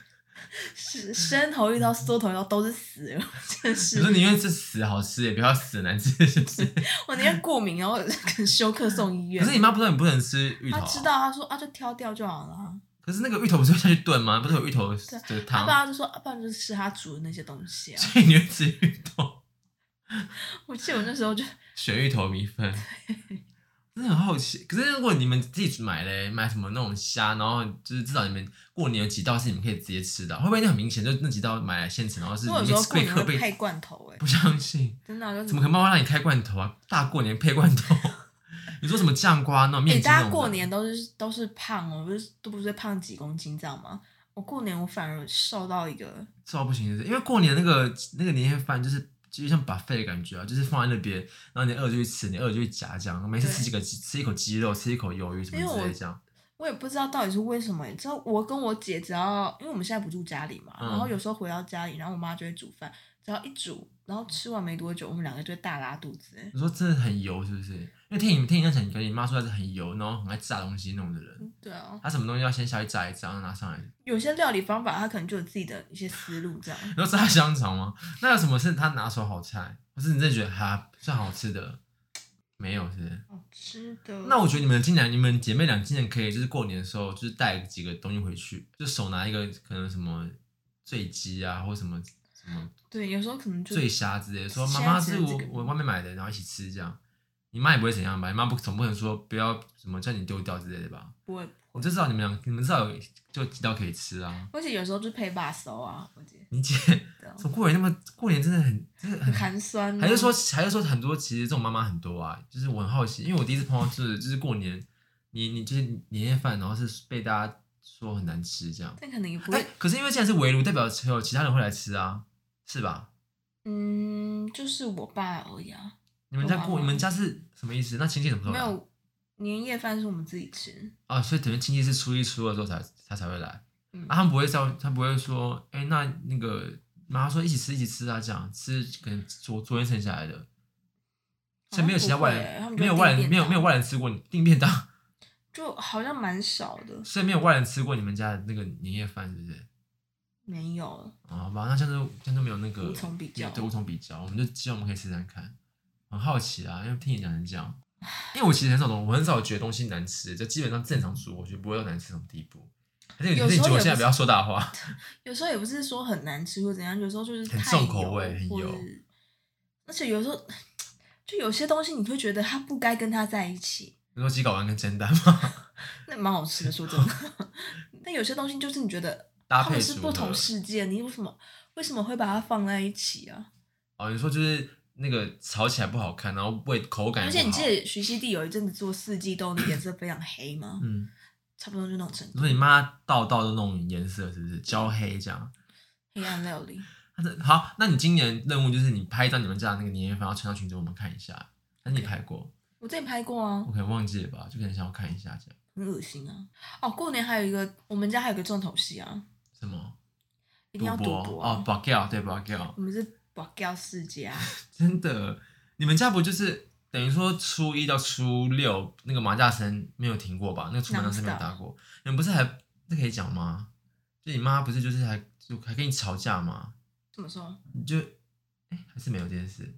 B: 是伸头芋头、缩头芋头都是死了，真
A: 你
B: 是
A: 说宁愿吃死好吃，也不要死难吃，是不是？
B: 我宁愿过敏，然后 休克送医院
A: 可是。你妈不知道你不能吃芋头、
B: 她
A: 啊，
B: 知道，她说啊，就挑掉就好了啊。
A: 可是那个芋头不是会下去炖吗？不是有芋头的
B: 她
A: 汤，
B: 爸就说，啊，爸就是吃她煮的那些东西啊。
A: 所以你会吃芋头，
B: 我记得我那时候就
A: 水芋头米 粉。真的很好奇，可是如果你们自己买嘞，买什么那种虾，然后就是至少你们过年有几道是你们可以直接吃的，会不会那很明显就那几道买来现成，然后是
B: 我有
A: 你
B: 时候
A: 们
B: 过
A: 贵
B: 年
A: 客
B: 会
A: 被
B: 配罐头、哎，
A: 不相信，
B: 真的啊、就
A: 怎么可能妈妈让你开罐头啊？大过年配罐头， 你说什么酱瓜那种
B: 哎、
A: 面筋那
B: 大
A: 种的？
B: 家过年都是都是胖哦，不是都不是胖几公斤这样吗？我过年我反而瘦到一个，
A: 知道不行，就是因为过年那个那个年夜饭就是。就像 buffet 的感觉啊，就是放在那边，然后你饿就去吃，你饿就去夹这样，每次
B: 对
A: 吃几个鸡吃一口鸡肉，吃一口鱿鱼什么
B: 因为
A: 之
B: 我
A: 类这样。
B: 我也不知道到底是为什么。你知道，我跟我姐只要，因为我们现在不住家里嘛，
A: 嗯
B: 然后有时候回到家里，然后我妈就会煮饭，只要一煮，然后吃完没多久，我们两个就会大拉肚子。哎
A: 你说真的很油是不是？因为听你听你那讲，你跟你妈说她是很油，然后很爱炸东西那种的人，
B: 对啊，
A: 她什么东西要先下去炸一炸，然后拿上来。
B: 有些料理方法她可能就有自己的一些思路，这样。
A: 你说炸香肠吗？那有什么是她拿手好菜，或是你真的觉得哈算好吃的？没有是不是？
B: 好吃的。
A: 那我觉得你们今年你们姐妹俩今年可以就是过年的时候就是带几个东西回去，就手拿一个可能什么醉鸡啊，或什么什么
B: 对有时候可能就
A: 醉虾之类的，说
B: 现
A: 妈妈
B: 在只
A: 是
B: 能
A: 我
B: 这个
A: 我外面买的，然后一起吃这样。你妈也不会怎样吧？你妈不总不能说不要什么叫你丢掉之类的吧？
B: 不会，
A: 我就知道你们俩，你们至少有就几道可以吃啊。
B: 而且有时候就配把手啊，我姐
A: 你姐
B: 这样
A: 从过年那么过年真的很真的
B: 很
A: 很
B: 寒酸啊、
A: 还是说，还是说很多其实这种妈妈很多啊，就是我很好奇，因为我第一次碰到就是就是过年，你你就是年夜饭，然后是被大家说很难吃这样。
B: 但可能也不
A: 哎、
B: 会
A: 可是因为现在是围炉，代表还有其他人会来吃啊，是吧？
B: 嗯，就是我爸而已啊，
A: 你们家
B: 有
A: 过
B: 啊
A: 你们家是什么意思？那亲戚什么时啊候来？
B: 没有年夜饭是我们自己吃，
A: 啊，所以等于亲戚是初一初二之后才他才会来，
B: 嗯
A: 啊，他们不会叫他不会说，哎、那那个妈妈说一起吃一起吃啊，这样吃可能昨昨天剩下来的，所以没有其他外
B: 好像
A: 人，
B: 不会欸他们就
A: 没有外
B: 订
A: 人
B: 便
A: 没有没有
B: 当
A: 外人吃过你订便当。
B: 就好像蛮少的，
A: 所以没有外人吃过你们家的那个年夜饭，是不是？
B: 没有
A: 哦好吧，那这样就这样就没有那个
B: 无从比较
A: 对，无从比较。我们就希望我们可以试试看，很好奇啊，因为听你讲成这样，因为我其实很少懂，我很少觉得东西难吃，就基本上正常煮，我觉得不会到难吃那种地步。而且你
B: 有
A: 你
B: 时
A: 觉
B: 候
A: 得我
B: 也
A: 现在
B: 不
A: 不
B: 是
A: 要说大话，
B: 有时候也不是说很难吃或怎样，有时候就是
A: 很
B: 太
A: 重口味很
B: 或
A: 油
B: 是而且有时候就有些东西你会觉得它不该跟它在一起，
A: 你说鸡睾丸跟蒸蛋吗？
B: 那蛮好吃的，说真 的。 但有些东西就是你觉得
A: 搭
B: 它
A: 配
B: 们是
A: 组
B: 不同
A: 合
B: 世界，你为什么为什么会把它放在一起啊？
A: 哦，你说就是那个炒起来不好看，然后味口感也
B: 而且
A: 不
B: 你记
A: 好
B: 得徐熙娣有一阵子做四季豆，那颜色非常黑吗？
A: 嗯，
B: 差不多就那种程
A: 你
B: 度，
A: 说你妈道道的那种颜色是不是焦黑这样？
B: 黑暗料理。
A: 他这好，那你今年任务就是你拍一张你们家的那个年夜饭，要传到群组我们看一下。那你拍过，
B: 我之前拍过啊
A: 我，可能忘记了吧，就可能想要看一下这样。
B: 很恶心啊。哦，过年还有一个，我们家还有个重头戏啊，
A: 什么？
B: 一定要赌
A: 博
B: 博
A: 哦
B: 啊。
A: 保 a 对保 a
B: 我们是保钓世家，
A: 真的，你们家不就是等于说初一到初六那个麻将声没有停过吧？那个出门当时没有打过，你们不是还那可以讲吗？就你妈不是就是还就还跟你吵架吗？
B: 怎么说？
A: 你就哎、还是没有这件事。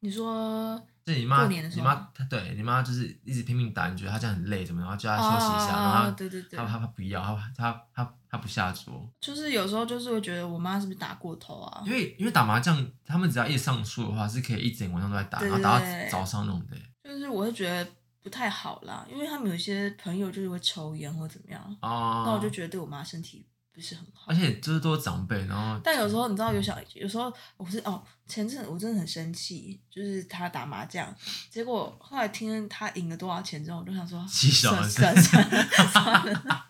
B: 你说
A: 就你妈，
B: 过年的时
A: 你
B: 候
A: 妈，她对你妈就是一直拼命打，你觉得她这样很累，怎么，然后叫她休息一下，然
B: 啊，
A: 后
B: 对对对
A: 她，她她不要，她她她她不下桌，
B: 就是有时候就是会觉得我妈是不是打过头啊
A: 因？为因为打麻将，他们只要一上输的话，是可以一整晚上都在打，
B: 对
A: 然后打到
B: 对对
A: 早上那种的。
B: 就是我会觉得不太好啦，因为他们有些朋友就是会抽烟或怎么样，
A: 哦，
B: 那我就觉得对我妈身体不是很好
A: 而。且就是都哎是长辈，然后
B: 但有时候你知道有小，有时候我是哦，前阵我真的很生气，就是他打麻将，结果后来听他赢了多少钱之后，我就想说
A: 气死
B: 算
A: 我
B: 了
A: 了
B: 算了算了，算 了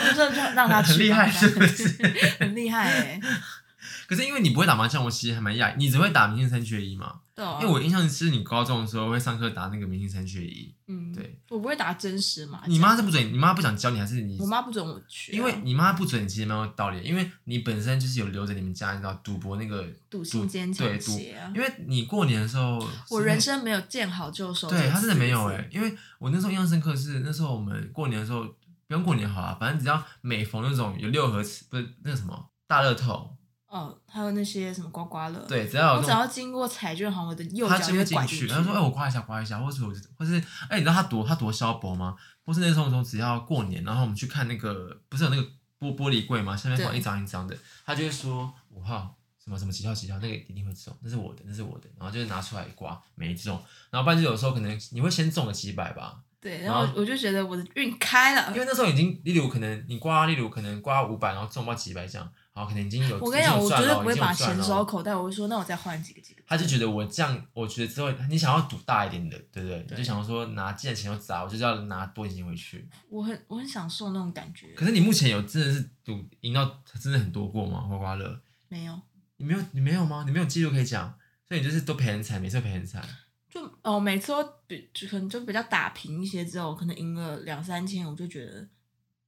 B: 我就就让他去吧，
A: 很厉害是不是
B: 很厉害 哎、
A: 可是因为你不会打麻将，我其实还蛮讶异，你只会打明星三缺一嘛？
B: 对啊，
A: 因为我印象是你高中的时候会上课打那个明星三缺一，
B: 嗯，
A: 对，
B: 我不会打真实麻将，
A: 你妈是不准，你妈不想教你，还是你
B: 啊我妈不准我去啊、
A: 因为你妈不准，其实蛮有道理的，因为你本身就是有留着你们家，你知道赌博那个
B: 赌性坚强
A: 对赌，
B: 些啊
A: 因。为你过年的时候，
B: 我人生没有见好就哦收这四个
A: 对
B: 字，
A: 他真的没有哎、因为我那时候印象深刻是那时候我们过年的时候，不用过年好了，反正只要每逢那种有六合彩，不是那个什么大乐透，
B: 哦，还有那些什么刮刮乐，，
A: 对，只要有
B: 我
A: 那
B: 只
A: 种
B: 要经过彩券行，我的右
A: 他就
B: 脚就
A: 会
B: 会
A: 进
B: 拐
A: 去，
B: 去。
A: 他说：“哎、我刮一下，刮一下。”或者我就，或是哎、你知道他多他多消薄吗？或是那时候我们只要过年，然后我们去看那个，不是有那个玻玻璃柜吗？下面放
B: 对
A: 一张一张的，他就会说五号什么什么几号几号，那个一定会中，那是我的，那是我的，然后就是拿出来刮，没中。然后不然就有时候可能你会先中个几百吧，
B: 对，
A: 然
B: 然
A: 后
B: 后我我就觉得我的运开了
A: 因。为那时候已经，例如可能你刮，例如可能刮五百，然后中到几百这样，好，可能已经有
B: 我跟你讲，
A: 已经有
B: 我绝
A: 赚
B: 对
A: 了
B: 不会把
A: 已经有赚
B: 钱
A: 了哦
B: 收口袋，我会说那我再换几个几个。
A: 他就觉得我这样，我觉得之后你想要赌大一点的，对不对？你
B: 对
A: 就想说拿既然钱都砸，我就是要拿多一点钱回去。
B: 我很我很享受那种感觉。
A: 可是你目前有真的是赌赢到真的很多过吗？刮刮乐，
B: 没有，
A: 你没有你没有吗？你没有记录可以讲，所以你就是都赔很惨，每次都赔很惨。
B: 就哦，每次都比就可能就比较打平一些之后，可能赢了两三千，我就觉得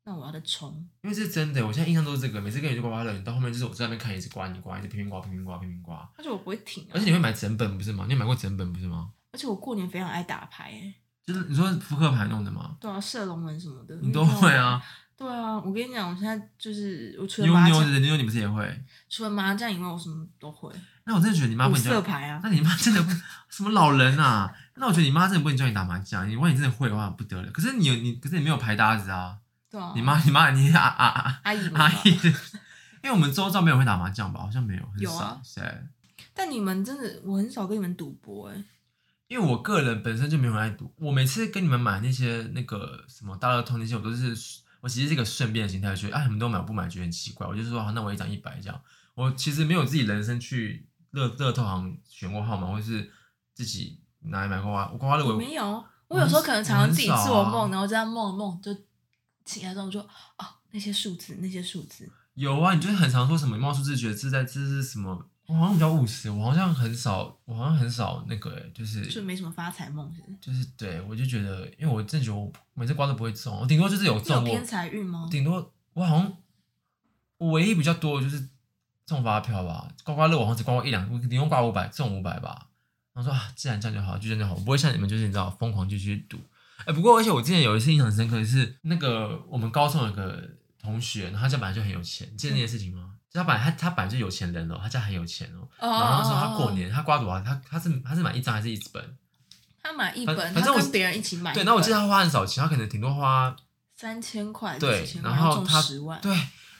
B: 那我要再冲。
A: 因为这是真的，我现在印象都是这个，每次跟你去刮刮乐，你到后面就是我在那边看，一直刮，你刮，一直拼命刮，拼命刮，拼命刮。
B: 而且我不会停、啊，
A: 而且你会买整本不是吗？你有买过整本不是吗？
B: 而且我过年非常爱打牌、欸，
A: 就是你说扑克牌弄的吗？
B: 对啊，射龙门什么的，
A: 你都会啊，
B: 对啊，我跟你讲，我现在啊就是我除了
A: 妞
B: 麻
A: 妞
B: 将，
A: 的妞妞你不是也会？
B: 除了麻将以外，我什么都会。
A: 那我真的觉得你妈
B: 五
A: 不能教
B: 色
A: 你
B: 牌啊，
A: 那你妈真的不什么老人啊？那我觉得你妈真的不能教你打麻将，你万一真的会的话不得了。可是你有你，可是你没有牌搭子啊！
B: 对啊，
A: 你妈你妈你啊啊啊
B: 阿姨 们
A: 阿
B: 啊
A: 姨，因为我们周遭没有人会打麻将吧？好像没有，很
B: 有
A: 少
B: 啊。
A: 谁？
B: 但你们真的，我很少跟你们赌博哎、
A: 因为我个人本身就没有很爱赌，我每次跟你们买那些那个什么大乐透那些，我都是我其实是一个顺便的心态，觉得啊你们都买我不买觉得很奇怪，我就说好那我也涨一百这样。我其实没有自己人生去乐乐透行选过号码，或是自己拿来买刮刮刮刮乐，
B: 我
A: 我
B: 没有。
A: 我
B: 我有时候
A: 很
B: 可能
A: 我
B: 常常
A: 很
B: 自己
A: 少
B: 做
A: 啊
B: 梦，然后这样梦一梦就醒来之后我就哦那些数字那些数字，
A: 有啊，你就是很常说什么冒出自觉自在，这是什么？我好像比较务实，我好像很少，我好像很少那个、欸，就是
B: 就没什么发财梦是不是
A: 就是对我就觉得，因为我真的觉得我每次刮都不会中，我顶多就是有
B: 你有
A: 中过
B: 偏，财运吗？
A: 顶多我好像我唯一比较多的就是中发票吧，刮刮乐我好像只刮过一两，我顶多刮五百，中五百吧。然后说啊，既然这样就好，就这样就好，我不会像你们就是你知道疯狂就去赌。哎、不过而且我之前有一次印象很深刻的是那个我们高中有个同学，然后他家本来就很有钱，你记得那件事情吗？就他本来他他本来就有钱人哦，他家很有钱哦。
B: 哦，
A: 然后他说他
B: 哦
A: 过，年他刮多少？他他是他是买一张还是一本？
B: 他买一
A: 反
B: 本，
A: 反
B: 他
A: 正我
B: 跟别人一起买一本，
A: 对，那我记得他花很少钱，他可能顶多花
B: 三千块，
A: 对
B: 几千，块
A: 然后
B: 中
A: 他
B: 十万，
A: 对，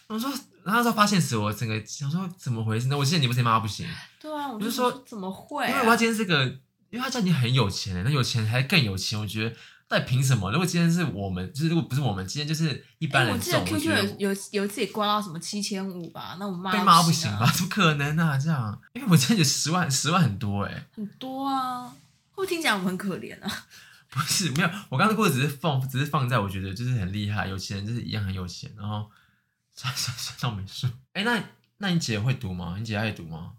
A: 我说，然后那时候发现时，我整个想说怎么回事呢？我记得你不是骂他不行，
B: 对啊，我
A: 就
B: 就是
A: 说
B: 说怎么会、
A: 因
B: 啊？
A: 为我今天这个，因为他家已经很有钱了，欸那有钱还更有钱，我觉得到底凭什么？如果今天是我们，就是如果不是我们，今天就是一般
B: 哎，我
A: 人
B: 记
A: 中，
B: 得
A: 我
B: QQ
A: 觉得
B: 有有有自己刮到什么七千五吧，那我骂
A: 被
B: 到
A: 骂
B: 不
A: 不行
B: 啊
A: 吧？？怎么可能啊？这样，因为我真的觉得十万十万很多哎、
B: 很多啊，会不会听起来我们很可怜啊？
A: 不是没有，我刚才过的只是放，只是放在我觉得就是很厉害，有钱人就是一样很有钱，然后算算算到没数。哎、那那你姐会读吗？你姐爱读吗？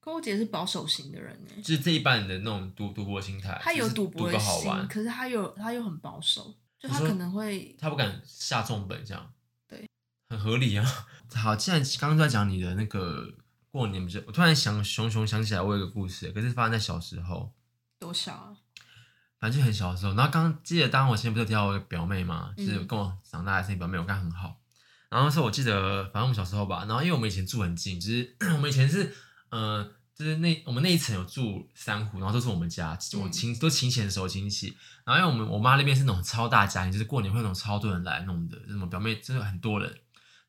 B: 跟我姐是保守型的人哎，
A: 就是这一般人的那种赌赌博心态，
B: 她有
A: 就是
B: 赌
A: 赌
B: 博的
A: 个好
B: 心，
A: 玩，
B: 可是她有她又很保守，就
A: 你
B: 她
A: 说
B: 可能会
A: 他不敢下重本这样，
B: 对，
A: 很合理啊。 好，既然刚刚在讲你的那个过年，不是我突然想熊熊想起来，我有个故事，可是发生在小时候，
B: 多少啊？
A: 反正就很小的时候。然后刚记得，当然我前不是有提到我有个表妹嘛，
B: 嗯
A: 就是跟我长大的是一个表妹，我跟她很好。然后那时候我记得，反正我们小时候吧，然后因为我们以前住很近，就是 我们以前是呃，就是那我们那一层有住三户，然后都是我们家，我
B: 嗯
A: 亲都亲戚的熟亲戚。然后因为我们我妈那边是那种超大家庭，就是过年会有那种超多人来弄的，就是我表妹就是很多人。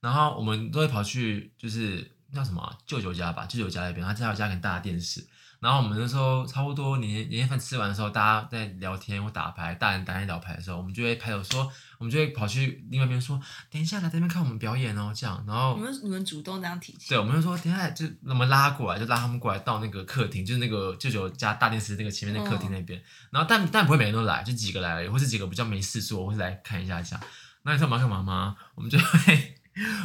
A: 然后我们都会跑去就是叫什么啊、舅舅家吧，舅舅家那边，他家有家很大的电视。然后我们那时候差不多年年夜饭吃完的时候，大家在聊天或打牌，大人打牌聊牌的时候，我们就会拍手说，我们就会跑去另外一边说，等一下来这边看我们表演哦，这样。然后
B: 你们你们主动这样提起
A: 对，，我们就说等一下就我们拉过来，就拉他们过来到那个客厅，就是那个舅舅家大电视那个前面的客厅那边。然后但但不会每个人都来，就几个来而已，或是几个比较没事做，或是来看一下这样。那你知道我们要干嘛吗？我们就会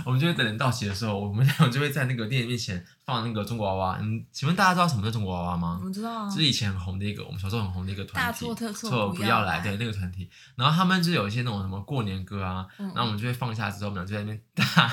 A: 我们就会等人到齐的时候，我们俩就会在那个店面前放那个中国娃娃。嗯，请问大家知道什么是中国娃娃吗？
B: 我知道啊
A: 就，是以前很红的一个，我们小时候很红的一个团体，
B: 大错特错
A: 错
B: 不
A: 不
B: 要
A: 要
B: 来
A: 来，对那个团体。然后他们就有一些那种什么过年歌啊，
B: 嗯
A: 然后我们就会放下之后，我们俩就在那边大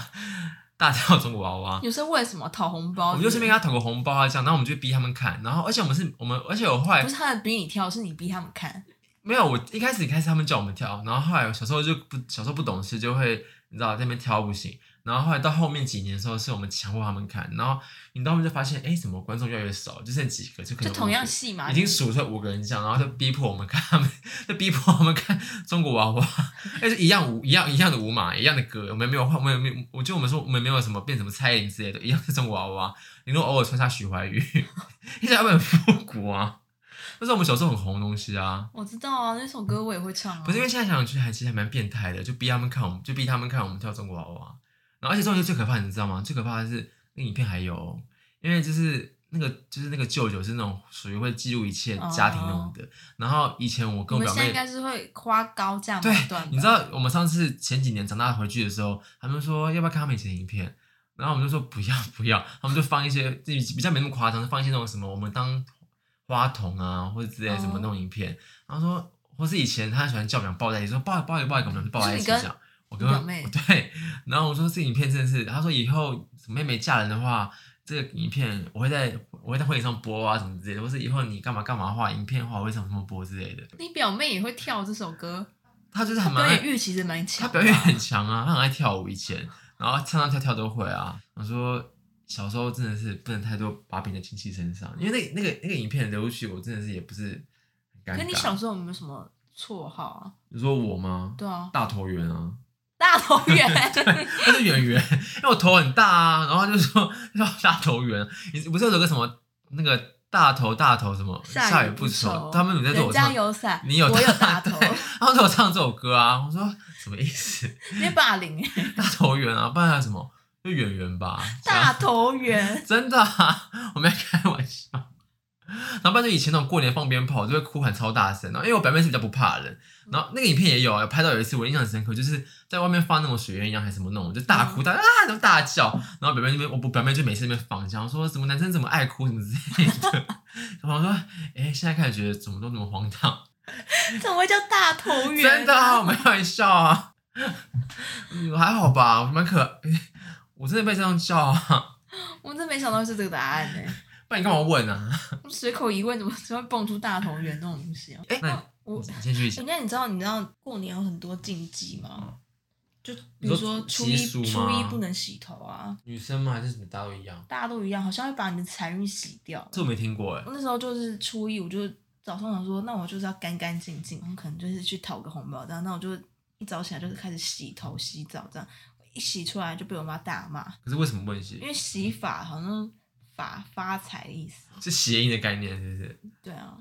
A: 大跳中国娃娃。
B: 有时候为什么讨红包？
A: 我们就顺便给
B: 他，
A: 他捅个红包啊，这样，然后我们就逼他们看，然后而且我们是我们，而且我后来
B: 不是他们逼你跳，是你逼他们看。
A: 没有，我一开始一开始他们叫我们跳，然后后来我小时候就不小时候不懂事，就会你知道在那边跳不行，然后后来到后面几年的时候，是我们强迫他们看，然后你到后面就发现，哎，怎么观众越来越少，就剩几个，就可
B: 就
A: 能
B: 同样
A: 五个
B: 戏嘛，
A: 已经数出来五个人这样，然后就逼迫我们看他们， 就逼迫我们看中国娃娃， 但是一样舞一样一样的舞码，一样的歌，我们没有换，我们没有，我就我们说我们没有什么变什么蔡依林之类的，一样是中国娃娃，你如果偶尔穿插徐怀钰， 一下会很复古啊，那是我们小时候很红的东西啊。
B: 我知道啊，那首歌我也会唱啊。
A: 不是因为现在想想去，还其实还蛮变态的，就逼他们看我们，就逼他们看我们跳中国娃娃。然后而且重点是最可怕的，你知道吗？最可怕的是那影片还有哦，因为就是那个就是那个舅舅是那种属于会记录一切家庭那种的。然后以前我
B: 我
A: 跟我
B: 哦们
A: 表
B: 现在应
A: 妹。
B: 该是会花高价
A: 对
B: 买断吧，
A: 你知道我们上次前几年长大回去的时候，他们说要不要看他们以前的影片，然后我们就说不要不要，他们就放一些自己比较没那么夸张，就放一些那种什么我们当花童啊或者之类的什么那
B: 哦
A: 种影片，然后说或是以前他喜欢叫我们俩抱在一起，说抱一抱一抱一个，我们就抱在一起
B: 就是
A: 这
B: 你跟
A: 样。我
B: 你
A: 跟
B: 表妹
A: 对，然后我说这影片真的是，他说以后妹妹嫁人的话，这个影片我会在我会在婚礼上播啊什么之类的，或是以后你干嘛干嘛的话，影片的话我会怎么怎么播之类的。
B: 你表妹也会跳这首歌，
A: 他就是
B: 她
A: 很蛮
B: 表
A: 爱
B: 演欲其实蛮强
A: 他
B: 的啊。
A: 表演很强啊，他很爱跳舞以前，然后唱唱跳跳都会啊。我说小时候真的是不能太多把柄在亲戚身上，因为那那个那个影片流出去，我真的是也不是很
B: 可
A: 尴
B: 你
A: 尬。
B: 小时候有没有什么绰号啊？
A: 你说我吗？
B: 对啊，
A: 大头圆啊，
B: 大头 圆，
A: 他是圆 圆，因为我头很大啊，然后就说叫大头圆。你不是有个什么那个大头大头什么
B: 下
A: 雨
B: 不
A: 愁，他们有在对
B: 人
A: 我
B: 家
A: 唱，
B: 有伞，
A: 你有
B: 我有
A: 大
B: 大头，
A: 他们对我唱这首歌啊，我说什么意思？
B: 你霸凌欸
A: 大头圆啊，不然还有什么？就圆圆吧，
B: 大头圆，
A: 真的、啊，我没在开玩笑。然后，不然就以前那种过年放鞭炮，就会哭喊超大声。然后，因为我表妹是比较不怕的人，然后那个影片也有啊，有拍到有一次我印象很深刻，就是在外面放那种水鸳鸯还是什么那种，我就大哭大啊，就大叫。然后表妹那边，我我表妹就每次那边放枪，说什么男生怎么爱哭什么之类的。 然后我说，哎、现在开始觉得怎么都那么荒唐，
B: 怎么会叫大头圆？
A: 真的、啊，我没开玩笑啊。 嗯，还好吧，我蛮可， 我真的被这样叫啊。
B: 我真没想到是这个答案欸呢。
A: 不然你干嘛问啊？
B: 我随口一问，怎么只会蹦出大头圆这种东西啊？
A: 哎、那你
B: 我
A: 你先去
B: 人家你知道你知道过年有很多禁忌吗？就比
A: 嗯你
B: 如
A: 说
B: 说初
A: 习
B: 一
A: 俗
B: 初
A: 吗
B: 一不能洗头啊，
A: 女生吗？还是你大家都一样？
B: 大家都一样，好像会把你的财运洗掉。
A: 这我没听过哎。
B: 那时候就是初一，我就早上想说，那我就是要干干净净，我可能就是去讨个红包这样。那我就一早起来就是开始洗头、洗澡这样，一洗出来就被我妈大骂，
A: 可是为什么问
B: 因
A: 洗？
B: 为洗发好像发发财的意思。
A: 是谐音的概念，是不是？
B: 对啊，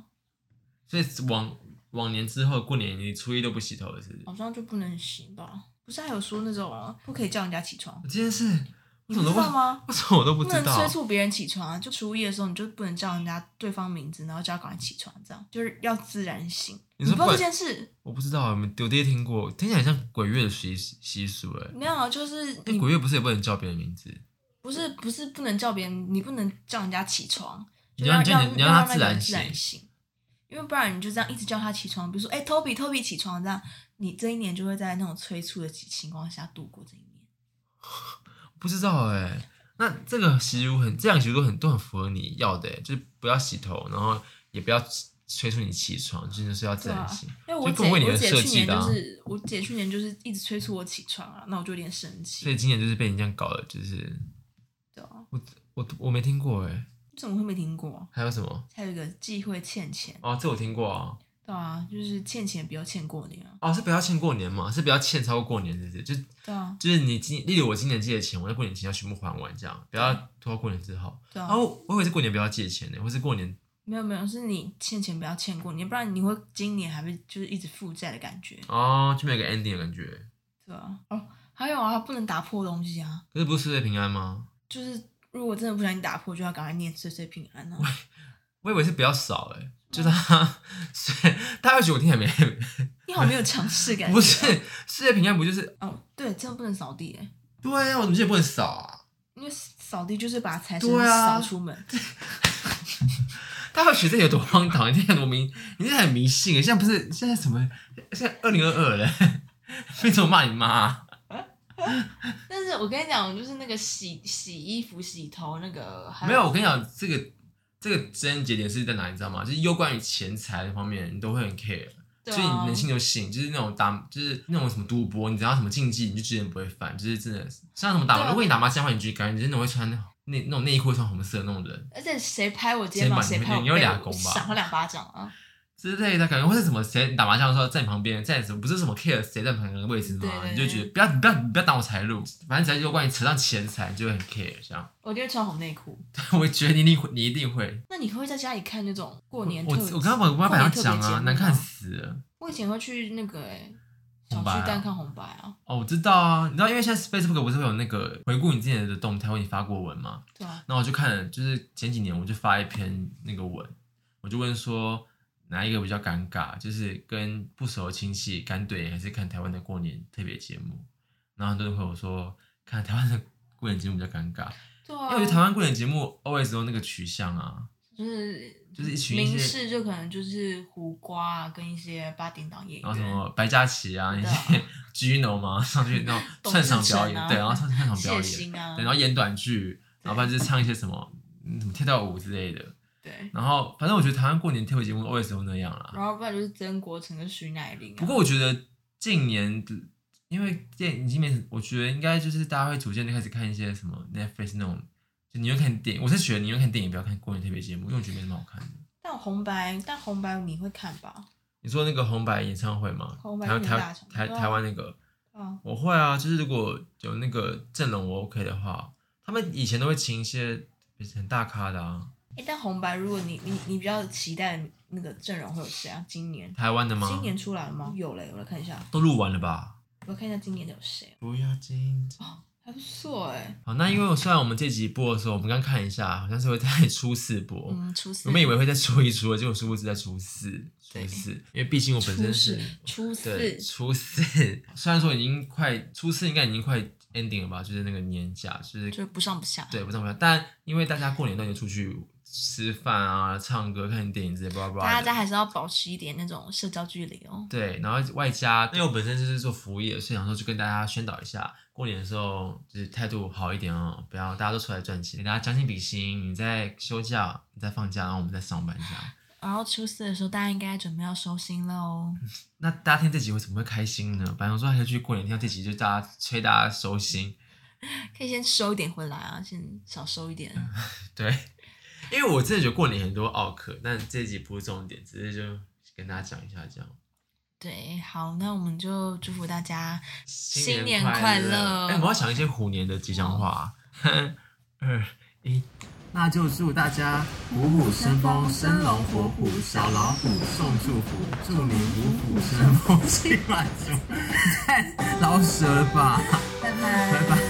A: 所以往往年之后过年，你初一都不洗头了，是不是？
B: 好像就不能洗吧？不是还有说那种啊，不可以叫人家起床，
A: 我这件事，我
B: 你
A: 怎
B: 不
A: 么都
B: 知道
A: 不，
B: 吗？
A: 为什么我都不
B: 不
A: 知
B: 能
A: 道
B: 催？促别人起床啊！就初一的时候，你就不能叫人家对方名字，然后叫他赶快起床，这样就是要自然醒。
A: 你
B: 你
A: 说
B: 不知道
A: 不
B: 这件事
A: 我不知道，我们我爹听过，听起来像鬼月的习习俗哎。
B: 没有啊？就是
A: 那
B: 你
A: 鬼月不是也不能叫别人名字？
B: 不是不是不能叫别人，你不能叫人家起床，
A: 你
B: 就
A: 要
B: 啊要
A: 叫
B: 让
A: 你要
B: 让
A: 让他
B: 那
A: 自
B: 个
A: 然
B: 人自然
A: 醒
B: 醒，因为不然你就这样一直叫他起床，比如说哎，Toby Toby 起床这样，你这一年就会在那种催促的情情况下度过这一年。
A: 不知道哎、那这个习俗很，这两个习俗很都很符合你要的、欸，就是不要洗头，然后也不要催促你起床，真的是要自
B: 对啊
A: 然醒。
B: 因为我
A: 就
B: 姐
A: 更为你
B: 我
A: 而
B: 姐
A: 设
B: 去
A: 计
B: 年
A: 的啊
B: 就是我姐去年就是一直催促我起床啊，那我就有点生
A: 所
B: 气。
A: 以今年就是被你这样搞了，就是
B: 对啊，
A: 我我没听过哎、
B: 你怎么会没听过？
A: 还有什么？
B: 还有一个忌讳欠钱，
A: 哦，这我听过啊。
B: 对啊，就是欠钱不要欠过年啊，
A: 哦，是不要欠过年嘛，是不要欠超过过年，是不是？就
B: 对啊，
A: 就是你今，例如我今年借的钱，我在过年前要全部还完，这样不要拖到过年之后。
B: 对啊。
A: 啊，我我以为是过年不要借钱呢、欸或是过年
B: 没有没有，是你欠钱不要欠过年，不然你会今年还会就是一直负债的感觉，
A: 哦，就没有一个 ending 的感觉。
B: 对啊。哦，还有啊，不能打破东西啊，
A: 可是不是岁岁平安吗？
B: 就是如果真的不小心打破，就要赶快念岁岁平安啊。
A: 我以为是比较少哎、就他， 所以大家觉得我听起来没
B: 你好没有强势感、啊。
A: 不是世界平安不就是
B: 哦，对，真的不能扫地哎，
A: 对啊？我怎么记得不能少啊？
B: 因为扫地就是把财神
A: 对啊
B: 扫出门。
A: 大家觉得这有多荒唐？你这多迷，你这很迷信欸现在不是现在什么？现在二零二二了， 为什么骂你妈啊、
B: 但是我跟你讲，就是那个洗洗衣服、洗头那个，还
A: 没有，我跟你讲，这个这个真人节点是在哪？你知道吗？就是攸关于钱财方面，你都会很 care，、
B: 对
A: 所
B: 啊
A: 以你能信就信，就是那种打，就是那种什么赌博，你只要什么禁忌，你就绝对不会犯，就是真的像什么打
B: 对
A: 麻，
B: 啊
A: 如果你打麻将的话，你就感觉你真的会穿那那种内裤会穿红色那种人。
B: 而且谁拍我肩膀，
A: 肩
B: 谁
A: 膀
B: 拍我
A: 你会你会
B: 背
A: 俩
B: 我
A: 拱吧
B: 赏他两巴掌啊！
A: 之类的感觉，或是什么谁打麻将的时候在你旁边，在你什么不是什么 care 谁在旁边的位置嘛，
B: 对对
A: 你就觉得不要你不要你不要挡我财路，反正只要有关于扯上钱财，你就会很 care 这样。
B: 我就会穿红内裤。
A: 我觉得你你你一定会，
B: 那你会在家里看那种过
A: 我
B: 年特
A: 我我刚刚我
B: 过
A: 本来想
B: 年特别
A: 讲
B: 节
A: 啊，
B: 目
A: 难看
B: 吗
A: 死了。
B: 我以前会去那个哎、小
A: 红白啊
B: 巨蛋看红白啊，
A: 哦，我知道啊，你知道因为现在 Facebook 不是会有那个回顾你之前的动态，或你发过文吗？
B: 对啊，
A: 那我就看了，就是前几年我就发一篇那个文，我就问说哪一个比较尴尬，就是跟不熟的亲戚干对，还是看台湾的过年特别节目？然后很多人回我说看台湾的过年节目比较尴尬，
B: 对
A: 因
B: 啊，
A: 为我觉得台湾过年节目 always 都那个取向啊，
B: 就是
A: 就是一群一些
B: 名士，就可能就是胡瓜啊，跟一些八点档演
A: 然后什
B: 员，
A: 么白佳琪啊那
B: 对
A: 些
B: 啊
A: Gino 嘛上去那种
B: 董
A: 串
B: 志
A: 场表
B: 成
A: 演，
B: 啊
A: 对，然后上串场表
B: 谢
A: 演，
B: 欣啊
A: 对，然，后演短剧，然后不然就是唱一些什么嗯什么跳跳舞之类的。
B: 对，
A: 然后反正我觉得台湾过年特别节目 always 都那样啦。
B: 然后不然就是曾国成跟徐乃麟、啊。
A: 不过我觉得近年的，因为电已经没，我觉得应该就是大家会逐渐的开始看一些什么 Netflix 那种，就宁愿看电影。我是觉得宁愿看电影，不要看过年特别节目，因为我觉得没什么好看的。
B: 但红白，但红白你会看吧？
A: 你说那个红白演唱会吗？
B: 红白
A: 台湾
B: 演大
A: 台
B: 场
A: 台
B: 对啊
A: 台湾那个，
B: 啊，
A: 我会啊，就是如果有那个阵容我 OK 的话，他们以前都会请一些很大咖的啊，
B: 哎，但红白如果你你你比较期待的那个阵容会有谁啊？今年
A: 台湾的吗？
B: 今年出来了吗？有嘞，我来看一下，
A: 都录完了吧？
B: 我看一下今年的有谁，啊
A: 不要紧张。
B: 还不错哎，
A: 好，那因为我虽然我们这集播的时候，我们刚看一下，好像是会在初四播，
B: 嗯，初四，
A: 我们以为会在初一、初二，结果殊不知在初四、初
B: 对
A: 四，因为毕竟我本身是
B: 初
A: 对
B: 四，
A: 初四，虽然说已经快初四，应该已经快 ending 了吧，就是那个年假，就是
B: 就是不上不下。
A: 对不上不下，但因为大家过年都已经出去吃饭啊、唱歌、看电影这些，巴拉巴拉的，
B: 大家还是要保持一点那种社交距离哦。
A: 对，然后外加，因为我本身就是做服务业，所以想说就跟大家宣导一下，过年的时候就是态度好一点哦，不要大家都出来赚钱，给大家将心比心。你在休假，你在放假，然后我们在上班这样。
B: 然后初四的时候，大家应该准备要收心 了哦。
A: 那大家听这集为什么会开心呢？本来我说还要去过年听到这集，就大家催大家收心，
B: 可以先收一点回来啊，先少收一 点。
A: 对，因为我真的觉得过年很多奥克，但这一集不是重点，只是就跟大家讲一下这样。
B: 对，好，那我们就祝福大家。新
A: 年
B: 年
A: 快
B: 快乐哦
A: 哎、我要想一些虎年的吉祥话、啊。 二一，那就祝大家虎虎生风，生龙活虎，小老虎送祝福，祝你虎 虎生风，心满足。太老舍了吧，
B: 拜
A: 拜
B: 拜
A: 拜。